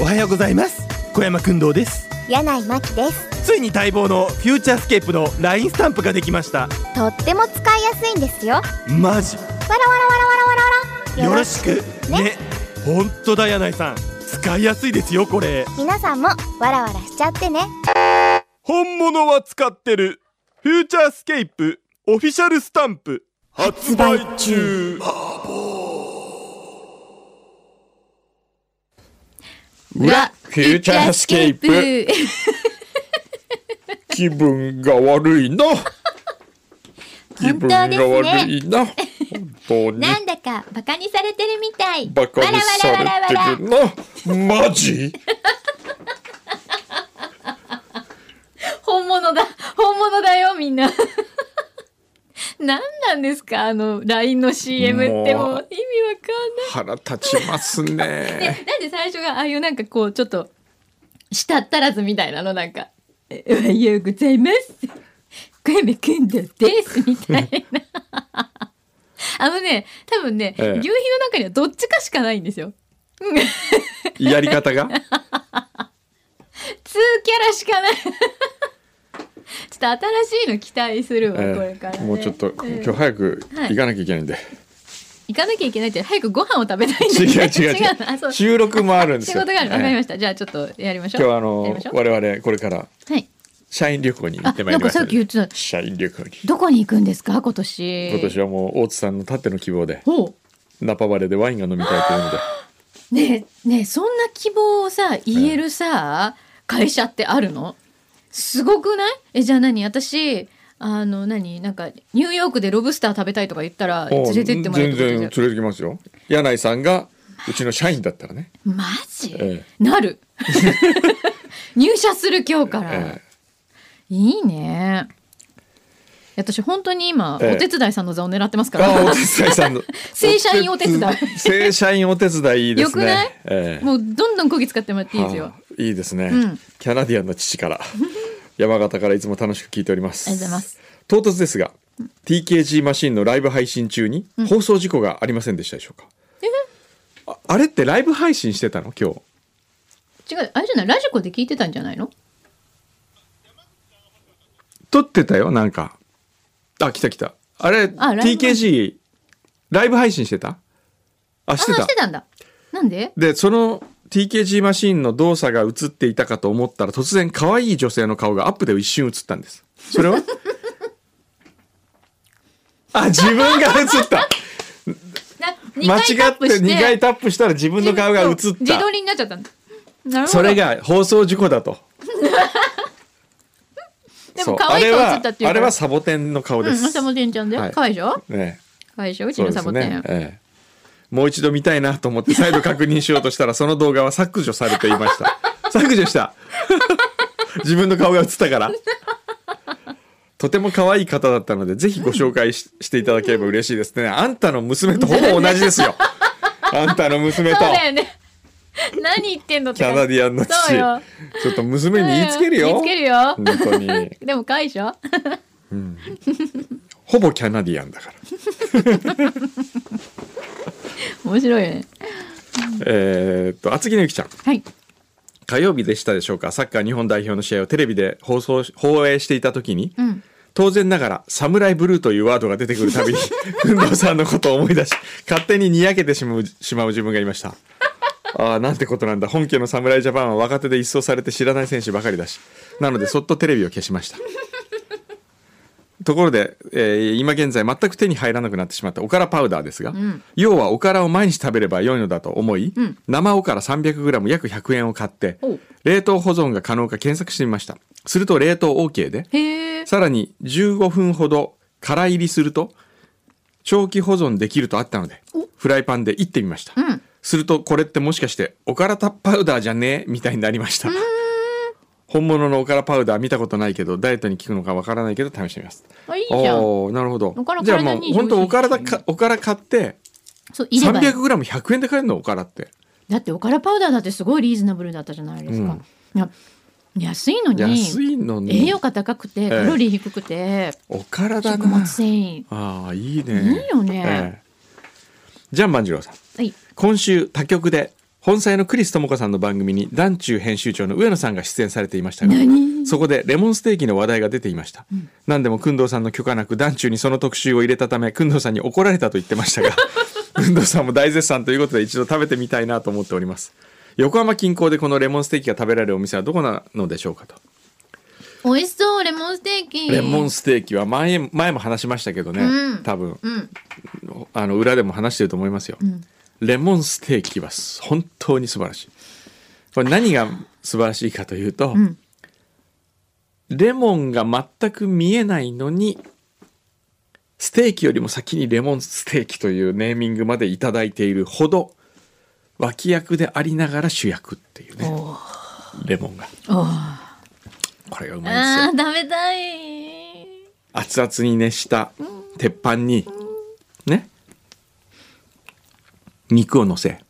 おはようございます小山君堂です柳井真希ですついに待望のフューチャースケープの LINE スタンプができましたとっても使いやすいんですよわらわマジらわらわらわらわらよろしくねほんとだ柳井さん使いやすいですよこれ皆さんもわらわらしちゃってね本物は使ってるフューチャースケープオフィシャルスタンプ発売中裏フューチャースケ ープ気分が悪い な気分が悪いな本当になんだかバカにされてるみたい。バカにされてるなマジ本物だ。本物だよ、みんな。 何なんですかあの LINE の CM ってもうもう意味わかん腹立ちます ない。ねでなんで最初がああいうなんかこうちょっと舌足らずみたいなのなんか「えおはようございます」「小山くんだです」みたいな。あのね多分ね、ええ牛皮の中にはどっちかしかないんですよ。やり方がツーキャラしかない。ちょっと新しいの期待するわ、これから、えね。ーもうちょっとん今日早く行かなきゃいけないんで、行かなきゃいけないって、早くご飯を食べたいんだ違うよね違う違う のあ、そう。仕収録もあるんですよ事がある。わかりまえーした。じゃあ、ちょっとやりましょ今日はあう。やりのましょう我々これからはい。社員旅行に行あって、まいりなんかましさたっのき言でってた。社員旅行にどこに行くんですか、今年。今年はもう大津さんのたっての希望でほナパバレでワインが飲みたいというのでう。ねえ、ねえ、そんな希望をさ、言えるさ、会社ってあるの。すごくない。え、じゃあ、何、私。あの何なんかニューヨークでロブスター食べたいとか言ったら連れてってもらえ全然るってことじゃ連んれてきますよ柳井さんがうちの社員だったらね、マジ、えなる 入社する今日から、えいいね私本当に今、ええお手伝いさんの座を狙ってますえからあお手伝いさんの 正社員お手伝い正社員お手伝いいいですねよくないええもうどんどんこぎ使ってもらっていいですよ、はあいいですね、うんキャナディアンの父から山形からいつも楽しく聞いておりますありがとうございます唐突ですが TKG マシンのライブ配信中に放送事故がありませんでしたでしょうか、ああれってライブ配信してたの今日違うあれじゃないラジコで聞いてたんじゃないの撮ってたよなんかあ来た来たあれあライブ TKG ライブ配信してたあしてあたしてたんだなんででその TKG マシーンの動作が映っていたかと思ったら突然可愛い女性の顔がアップで一瞬映ったんですそれ はあ自分が映ったな間違って2回タタッップしたら自分の顔が映っ自分と自た撮りになっちゃったんだなるほどそれが放送事故だとでそうも可愛い顔映ったっていうあれはあれはかサボテンの顔らでうん、す、サボテンちゃんだよ、はい可愛いでしょね可愛いでしょうちそうのでサボすテン、ね、ええもう一度見たいなと思って再度確認しようとしたらその動画は削除されていました 削除した自分の顔が映ったからとても可愛い方だったのでぜひご紹介ししていただければ嬉しいですねあんたの娘とほぼ同じです よあんたの娘とそうだよね 何言ってんのってキ感ャナデじィアンの父そうよちょっと娘に言いつけるよ言いつけるよ本当にでも可愛いでしょ ほぼキャナディアンだから面白いよねえーっと厚木のゆきちゃんはい火曜日でしたでしょうかサッカー日本代表の試合をテレビで放送し放映していた時に、ん当然ながら「サムライブルー」というワードが出てくるたびに 運動さんのことを思い出し勝手ににやけてしまうしまう自分がいました。ああなんてことなんだ本家の侍ジャパンは若手で一掃されて知らない選手ばかりだしなのでそっとテレビを消しましたところで、えー今現在全く手に入らなくなってしまったおからパウダーですが、要はおからを毎日食べれば良いのだと思い、生おから 300g 約100円を買ってほう冷凍保存が可能か検索してみましたすると冷凍 OK でへえさらに15分ほど空入りすると長期保存できるとあったのでフライパンでいってみました、んするとこれってもしかしておからたパウダーじゃねえみたいになりました本物のおからパウダー見たことないけどダイエットに効くのかわからないけど試してみますあいいじゃんおーなるほどおからじゃあ体もにいうい本当おからだ美味しいかおから買ってそういればいい 300g100 円で買えるのおからってだっておからパウダーだってすごいリーズナブルだったじゃないですか、いや安いのに安いのに栄養価高くてカロリー低くて、おからだ食物な繊維ああいいねいいよえねえじゃん万次郎さんはい今週他局で本妻のクリス智子さんの番組に団中編集長の上野さんが出演されていましたが何そこでレモンステーキの話題が出ていました、何でも工藤さんの許可なく団中にその特集を入れたため工藤さんに怒られたと言ってました が工藤さんも大絶賛ということで一度食べてみたいなと思っております横浜近郊でこのレモンステーキが食べられるお店はどこなのでしょうかと美味しそうレモンステーキレモンステーキは前前も話しましたけどね、うん多分うんあの裏でも話してると思いますよ、んレモンステーキは本当に素晴らしいこれ何が素晴らしいかというと、んレモンが全く見えないのにステーキよりも先にレモンステーキというネーミングまでいただいているほど脇役でありながら主役っていうねおーレモンがおーこれがうまいんですよあー食べたい熱々に熱した鉄板にね肉を乗せ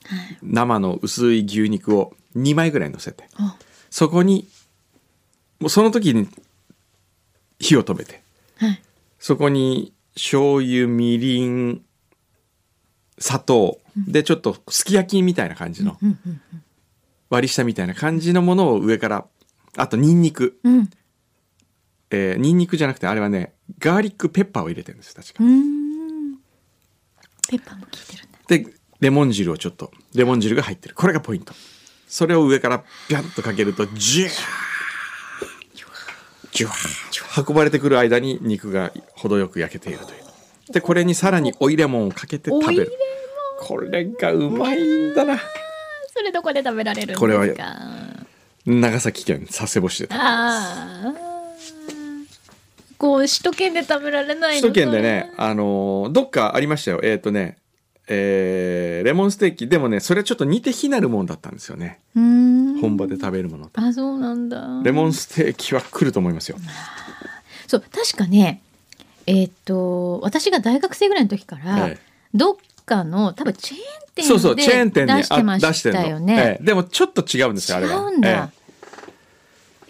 生の薄い牛肉を2枚ぐらい乗せてあそこにもうその時に火を止めてはいそこに醤油みりん砂糖でちょっとすき焼きみたいな感じのうんうん割り下みたいな感じのものを上からあとニンニクうんえーニンニクじゃなくてあれはねガーリックペッパーを入れてるんです確かうーんペッパーも効いてるんだでレモン汁をちょっとレモン汁が入ってるこれがポイントそれを上からビャンとかけるとジュワージュワー運ばれてくる間に肉が程よく焼けているというでこれにさらに追いレモンをかけて食べ追いレるこれがうまいんだなそれどこで食べられるんですかこれは長崎県佐世保市で食べあーこう首都圏で食べられない首の都圏でね、あのーどっかありましたよえっ、とねえーレモンステーキでもねそれはちょっと似て非なるもんだったんですよねうーん本場で食べるものとあそうなんだレモンステーキは来ると思いますよそう確かねえーっと私が大学生ぐらいの時から、ええどっかの多分チェーン店でそうそうチェーン店で出してましたよえね、えでもちょっと違うんですよあれは違うんだ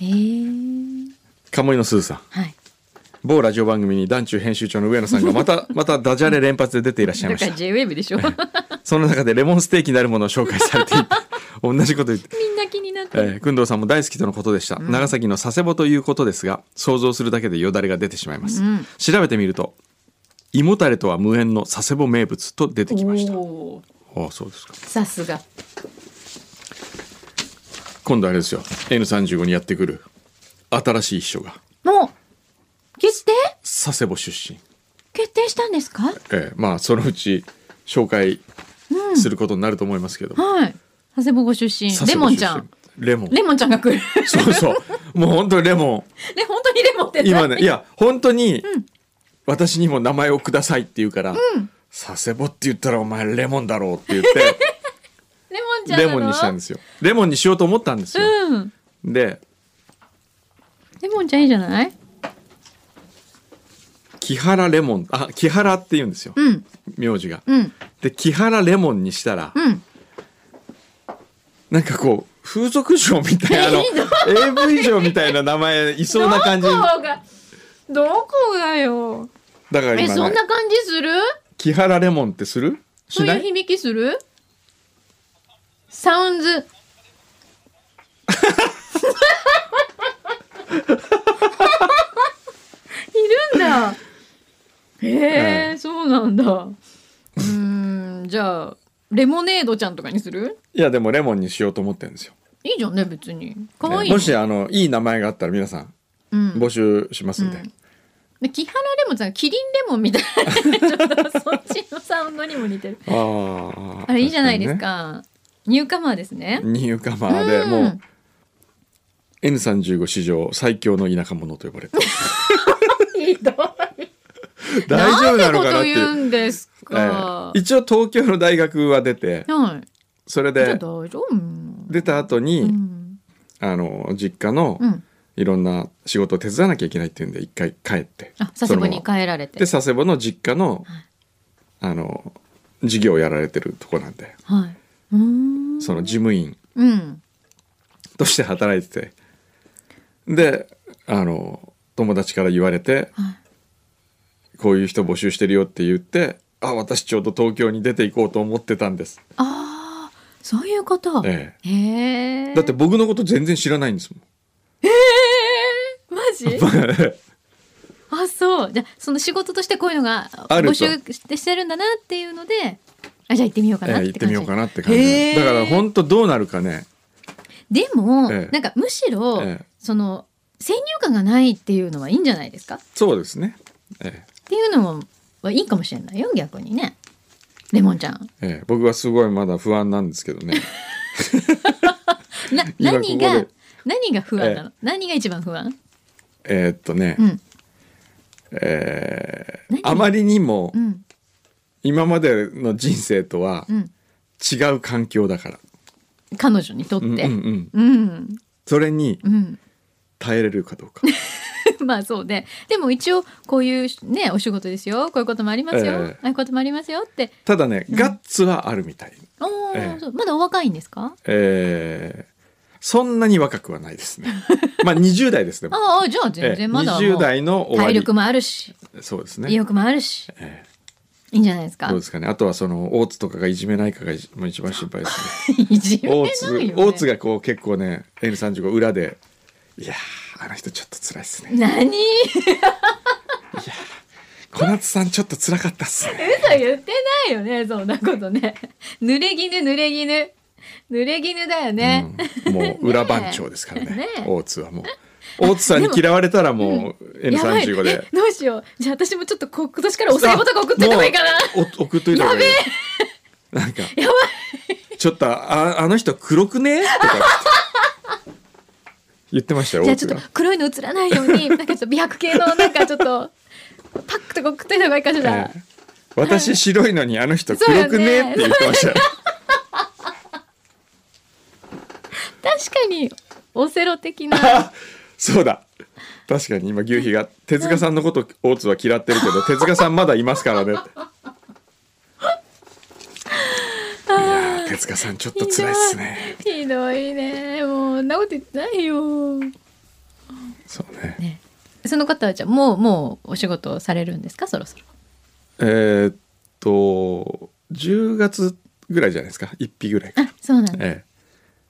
えへえー、え鴨居のすずさんはい某ラジオ番組に団中編集長の上野さんがま たまたダジャレ連発で出ていらっしゃいまだかしらた JWAVE でしょみんその中でレモンステーキなるものを紹介されてい て同じこと言ってな気になってる、えー、工藤さんも大好きとのことでした、長崎の佐世保ということですが想像するだけでよだれが出てしまいます、うん調べてみると胃もたれとは無縁の佐世保名物と出てきましたおーああそうですかさすが今度あれですよ N35 にやってくる新しい秘書がもう決定佐世保出身決定したんですかええまあそのうち紹介することになると思いますけど、はい佐世保ご出身佐レ世モ保出ン身ちゃんレモンレモンちゃんが来るそうそうもう本当にレモ ね本当にレモンってン何今ねいや本当に私にも名前をくださいって言うから、佐世保って言ったらお前レモンだろうって言って レモンちゃんレモンにしたんですすよレモンにしようと思ったんですよ、うんでレモンちゃんいいじゃない木原レモンあ木原って言うんですよ、うん名字がうんで木原レモンにしたら、うんなんかこう風俗嬢みたいなあの AV 嬢みたいな名前いそうな感じどこがどこがよだからえそ今、んね、な感じする木原レモンってするそしうないうい響きするサウンズいるんだへえ、そうなんだうーんじゃあレモネードちゃんとかにするいやでもレモンにしようと思ってるんですよ、いいじゃんね別にかわいい、ねもしあのいい名前があったら皆さんうん、募集しますんで、うんで木原レモンちゃんキリンレモンみたいなちょっとそっちのサウンドにも似 てるあああれいいじゃないですかニューカマーですねニューカマーでもううん N35 史上最強の田舎者と呼ばれて ひどい大丈夫なのかなってんていこう、と言うんですえかえ。一応東京の大学は出てはい。それじゃあ大で丈夫。出た後に、うん。あの実家のうん。いろんな仕事を手伝わなきゃいけないっていうんで一回帰ってあ、佐世保に帰られてで。佐世保の実家のあの事業をやられてるとこなんではい。うーん。その事務員うん。として働いててであの友達から言われてはいこういう人募集してるよって言ってあ私ちょうど東京に出て行こうと思ってたんですああ。そういうこと。えへえ。え、だって僕のこと全然知らないんです もんマジあそうじゃあその仕事としてこういうのがあると募集してしてるんだなっていうのであじゃあ行ってみようかな えっえて行ってみようかなって感へじだえから本当どうなるかねでも、ええなんかむしろ、ええその先入観がないっていうのはいいんじゃないですかっそうですねえていうのもはいいかもしれないよ逆にねレモンちゃんえええ僕はすごいまだ不安なんですけど ねな今何がここで何が不安なの、何が一番不安えーっとね、うんええ何あまりにもうん今までの人生とはうん違う環境だから、彼女にとってうんうんうん、うんそれにうん 耐えれるかどうか、まあそうねでも一応こういうねお仕事ですよこういうこともありますよ、ええああいうこともありますよってただねガッツはあるみたい、おーええそうまだお若いんですかえーそんなに若くはないですね まあ20代ですねああじゃあえ全え然まだもう20代の終わ体り力もあるしそうです意ね欲もあるしえいいんじゃないですかどうですかねあとはその大津とかがいじめないかがいじもう一番心配ですね いじめない大よね津大津がこう結構ね N35 裏でいやーあの人ちょっと辛いっすね何小夏さんちょっと辛かったっすね嘘言ってないよねそんなことね濡れ衣濡れ衣濡れ衣だよね、うんもう裏番長ですからねねえ大津はもう大津さんに嫌われたらもうやばい N35 でえどうしようじゃあ私もちょっとこ今年からお歳暮とか送っといた方がいいかなもうお送っといた方がいいよなんかやばちょっとああの人黒くねとか言って言ってましたよじ大ゃあち津ょっがと黒いの映らないようになんかちょっと美白系のなんかちょっとパックとか食っといた方がいいかしら、ええ私白いのにあの人そうよね黒くねって言ってましたよ確かにオセロ的なそうだ確かに今牛皮が手塚さんのこと大津は嫌ってるけど手塚さんまだいますからねっていやー手塚さんちょっと辛いっすねひどいねもうそんなこと言ってないよそうねその方はじゃあもうもうお仕事をされるんですかそろそろえーっと10月ぐらいじゃないですか1匹ぐらいかあそうなんだ、ええ、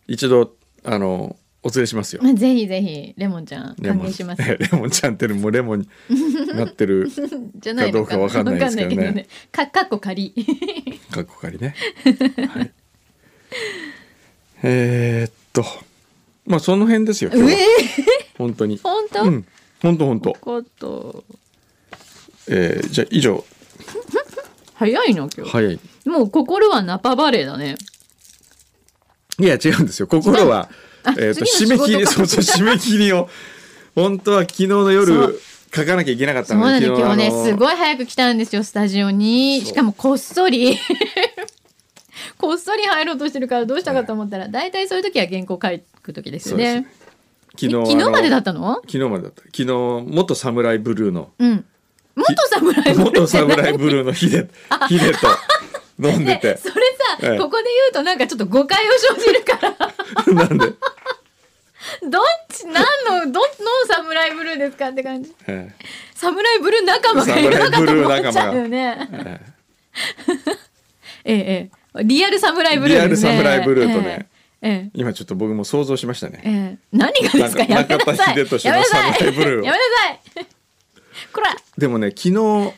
一度あのお連れしますよ。まあぜひぜひレモンちゃんレ歓モン迎しますええレモンちゃんっていうのもレモンになってるじゃないのかかどうかわかんないですけどねわかんかかっこ仮かっこかりね。はい、えーっとまあその辺ですよ今う日 えは本当に。本当、うん本当本当。ことえー、じゃあ以上早いの今日、早い。もう心はナパバレーだねいや違うんですよ心はあえーっと締次め切の仕事りかそうそう締め切りを本当は昨日のそう夜書かなきゃいけなかったそうのなにんで今日あねのすごい早く来たんですよスタジオにそうしかもこっそり こっそり入ろうとしてるからどうしたかと思ったら大体そういう時は原稿書く時ですよね昨日えあ昨日のまでだったの昨日までだった昨日元サムライブルーのうん元侍ブルー元ってサ何ムライブルーのヒ デヒデと飲んでねて それさ、ええここで言うとなんかちょっと誤解を生じるから なんで、どっち何のどのサムライブルーですかって感じえサムライブルー仲間がいるのかと思っちゃうよねええええええリアルサムライブルーですねリアルサムライブルーとねえええええ今ちょっと僕も想像しましたねええ、何がです中かやめなさ中田い秀俊のやめなさいサムライブルーをやめなさい こらでもね昨日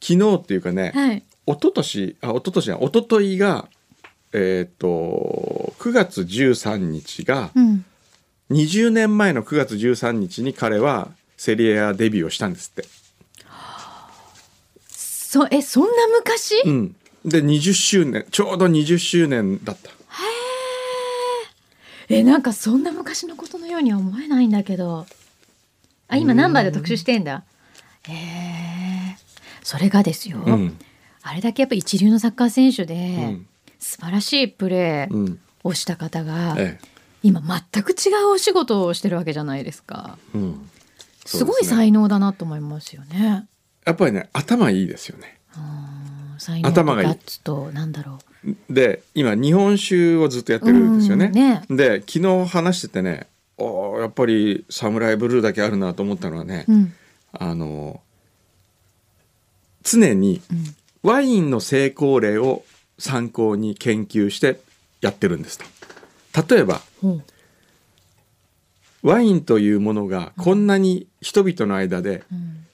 昨日っていうかね、はい一昨年あ一昨年じゃない一昨日がえっ、と9月13日がうん20年前の9月13日に彼はセリエ A デビューをしたんですってそえそんな昔、うん、で20周年ちょうど20周年だったえなんかそんな昔のことのようには思えないんだけどあ今ナンバーで特集してんだええそれがですよ、うんあれだけやっぱ一流のサッカー選手で、ん素晴らしいプレうーんをした方が、え今全く違うお仕事をしてるわけじゃないですかえうんす,、そうですねごい才能だなと思いますよねやっぱりね頭いいですよねうん才能と頭がいいガッツとなんだろで今日本酒をずっとやってるんですよねうんねで昨日話しててねあーやっぱり「サムライブルー」だけあるなと思ったのはね、う、うんあの常にうん、ワインの成功例を参考に研究してやってるんですと例えばうんワインというものがこんなに人々の間でうん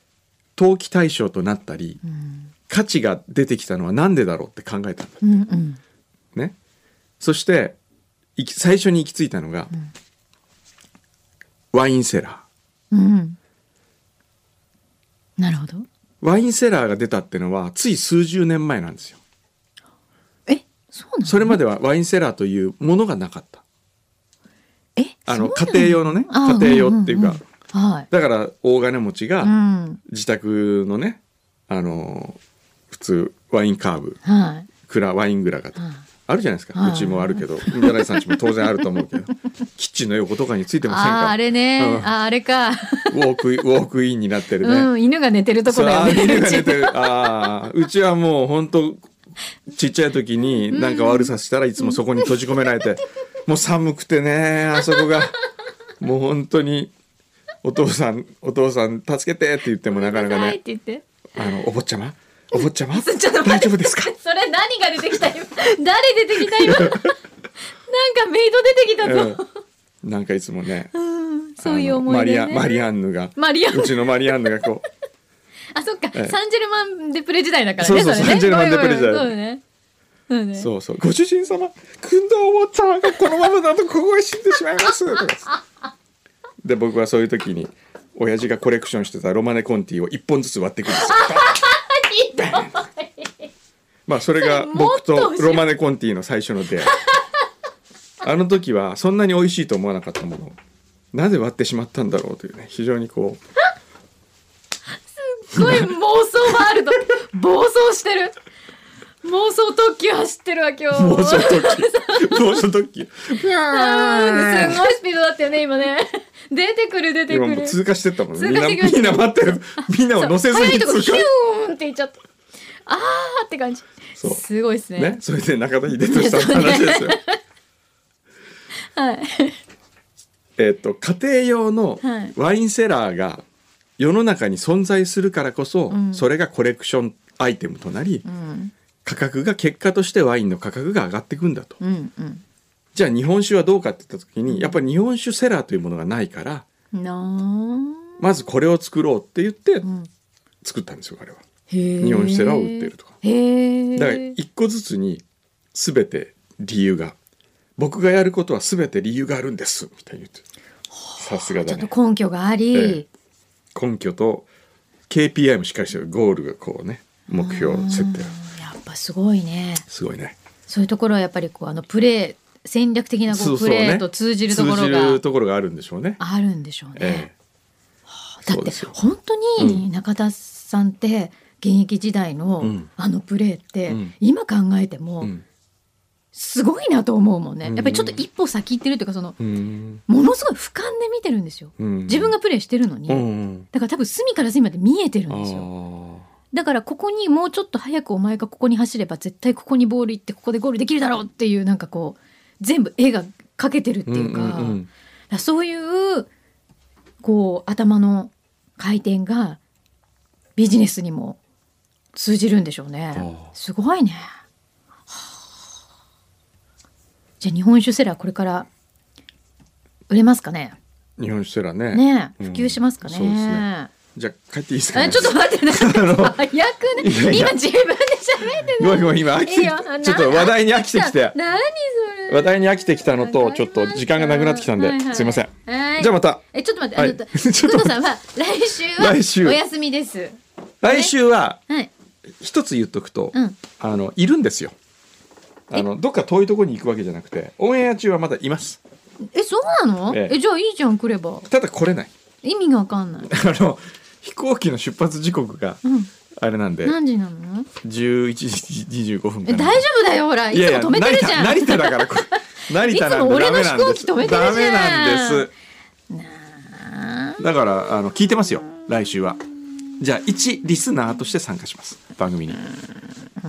投機対象となったりうん価値が出てきたのは何でだろうって考えたんだうんうんねそしていき最初に行き着いたのが、ワインセラうんなるほどーワインセラーが出たってのはつい数十年前なんですよえそうなのそれまではワインセラーというものがなかったえあのそ家庭用うなのねあ家ー庭用っていうか、んんんはいだから大金持ちうがん自宅のね、あのー普通ワインカーブはい蔵ワイン蔵がはいあるじゃないですか、はいうちもあるけど村井さんちも当然あると思うけどキッチンの横とかについてませんあーかあれね、うんあーあれか、ウォークインウォークインになってるね、うん犬が寝てるとこそうだよあねー犬が寝てるあーうちはもう本当ちっちゃい時になんか悪さしたらいつもそこに閉じ込められ て、もう寒くてねあそこがもう本当にお父さんお父さん助けてって言ってもなかなかはいっねて言ってあのお坊ちゃまお坊ちゃまちょっと大待丈って夫ですか それ何が出てきた今誰出てき た今なんかメイド出てきたぞ、うん、なんかいつもねうんそういう思い出、ね、あのマリアマリアンヌがマリアンうちのマリアンヌがこうあそっか、ええサンジェルマンデプレ時代だからねそうそうれねサンジェルマンデプレ時代そうねそうねそうそうご主人様君のお坊ちゃまがこのままだとここへ死んでしまいます とかで僕はそういう時に親父がコレクションしてたロマネ・コンティを1本ずつ割ってくるんですよひどいまあそれがそれもっ僕ととロマネ・コンティの最初の出会いあの時はそんなに美味しいと思わなかったものをなぜ割ってしまったんだろうというね非常にこうすっごい妄想ワールド暴走してる妄想特急走ってるわ今日猛暑特 急猛暑特急うんすごいスピードだったよね今ね出てくる出て今くもうる通過してったもんね通みん過なしみてきんましたな待ってるみんなを乗せず早にいとこ通ヒュ過ーンっていっちゃったあーって感じそうすごいですねねそれで中田秀俊さんの話 ですよはいえっと家庭用のはいワインセラーが世の中に存在するからこそ、んそれがコレクションアイテムとなり、うん価格が結果としてワインの価格が上がっていくんだと、うんうんじゃあ日本酒はどうかって言った時にやっぱり日本酒セラーというものがないからなまずこれを作ろうって言ってあ、うん、作ったんですよ彼は。日日本酒セラを売ってるとかへえだから一個ずつに全て理由が僕がやることは全て理由があるんですみたいに言ってさすがちだょねっと根拠があり、ええ根拠と KPI もしっかりしてるゴールがこうね目標設定うんやっぱすごいねすごいねそういうところはやっぱりこうあのプレー戦略的なこうそうそうプレねーと通じるところ通じるがところがあるんでしょうね、あるんでしょうね、えだそっうてですよ本当に中田さんって現役時代のうんあのプレーってうん今考えてえもうんすごいなと思うもんねやうっんぱりちょっと一歩先行ってるというかそのうんものすごい俯瞰で見てるんですようん自分がプレーしてるのうんにうんだから多分隅から隅まで見えてるあんですよーだからここにもうちょっと早くお前がここに走れば絶対ここにボール行ってここでゴールできるだろうっていうなんかこう全部絵が描けてるっていうか,、んんそういうこう頭の回転がビジネスにも通じるんでしょうねああすごいねはあじゃあ日本酒セラーこれから売れますかねうん日本酒セラーねねえう普ん及しますかね,、そうですねじゃあ帰っていいですか、えね、ちょっと待ってなんかあの早くいねやいや今自分で喋って ごめんごめん今飽きていいきよた ちょっと話題に飽きてきてな何それ話題に飽きてきたのとちょっと時間がなくなってきたんで、はいはいすいません、はいじゃあまたえちょっと待っ て、はいあのちょっと待ってふとさんは来週は来週お休みです来週ははい一つ言っとくと、うんあのいるんですよあのどっか遠いところに行くわけじゃなくてオンエア中はまだいますえそうなのえええじゃあいいじゃん来ればただ来れない 意味がわかんない、あの飛行機の出発時刻がうん、あれなんで何時なの11時25分かえな大丈夫だよほらいいやついもや止めてるじゃん成田成田だからこ 成田なんいつもで俺ダメのなんです飛行機止めてるじゃんダメなんでなあすだからあの聞いてますよ来週はじゃあ一リスナーとして参加します番組に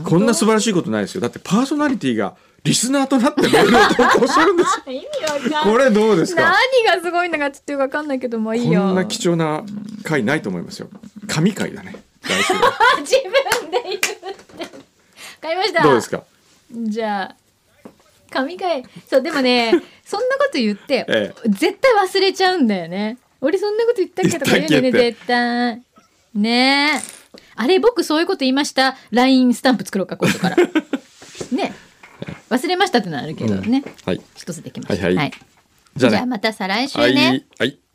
こんな素晴らしいことないですよだってパーソナリティがリスナーとなってメールを投稿するんです 意味わかんこないれどうですか何がすごいのかちょっとよくわかんないけどまあいいやこんな貴重な回ないと思いますよ。神回だね。来 週はあ自分で言うって買いましたどうですか。じゃあ神回そうで もねそんなこと言って、え絶対忘れちゃうんだよね俺そんなこと言ったっけとか言う言よねったっけって絶対ねえあれ僕そういうこと言いました LINE スタンプ作ろうか今 度からね忘れましたってのはあるけどね、はい一つできました、はいはいはいじゃあねまた再来週はね、いはい 그. 어,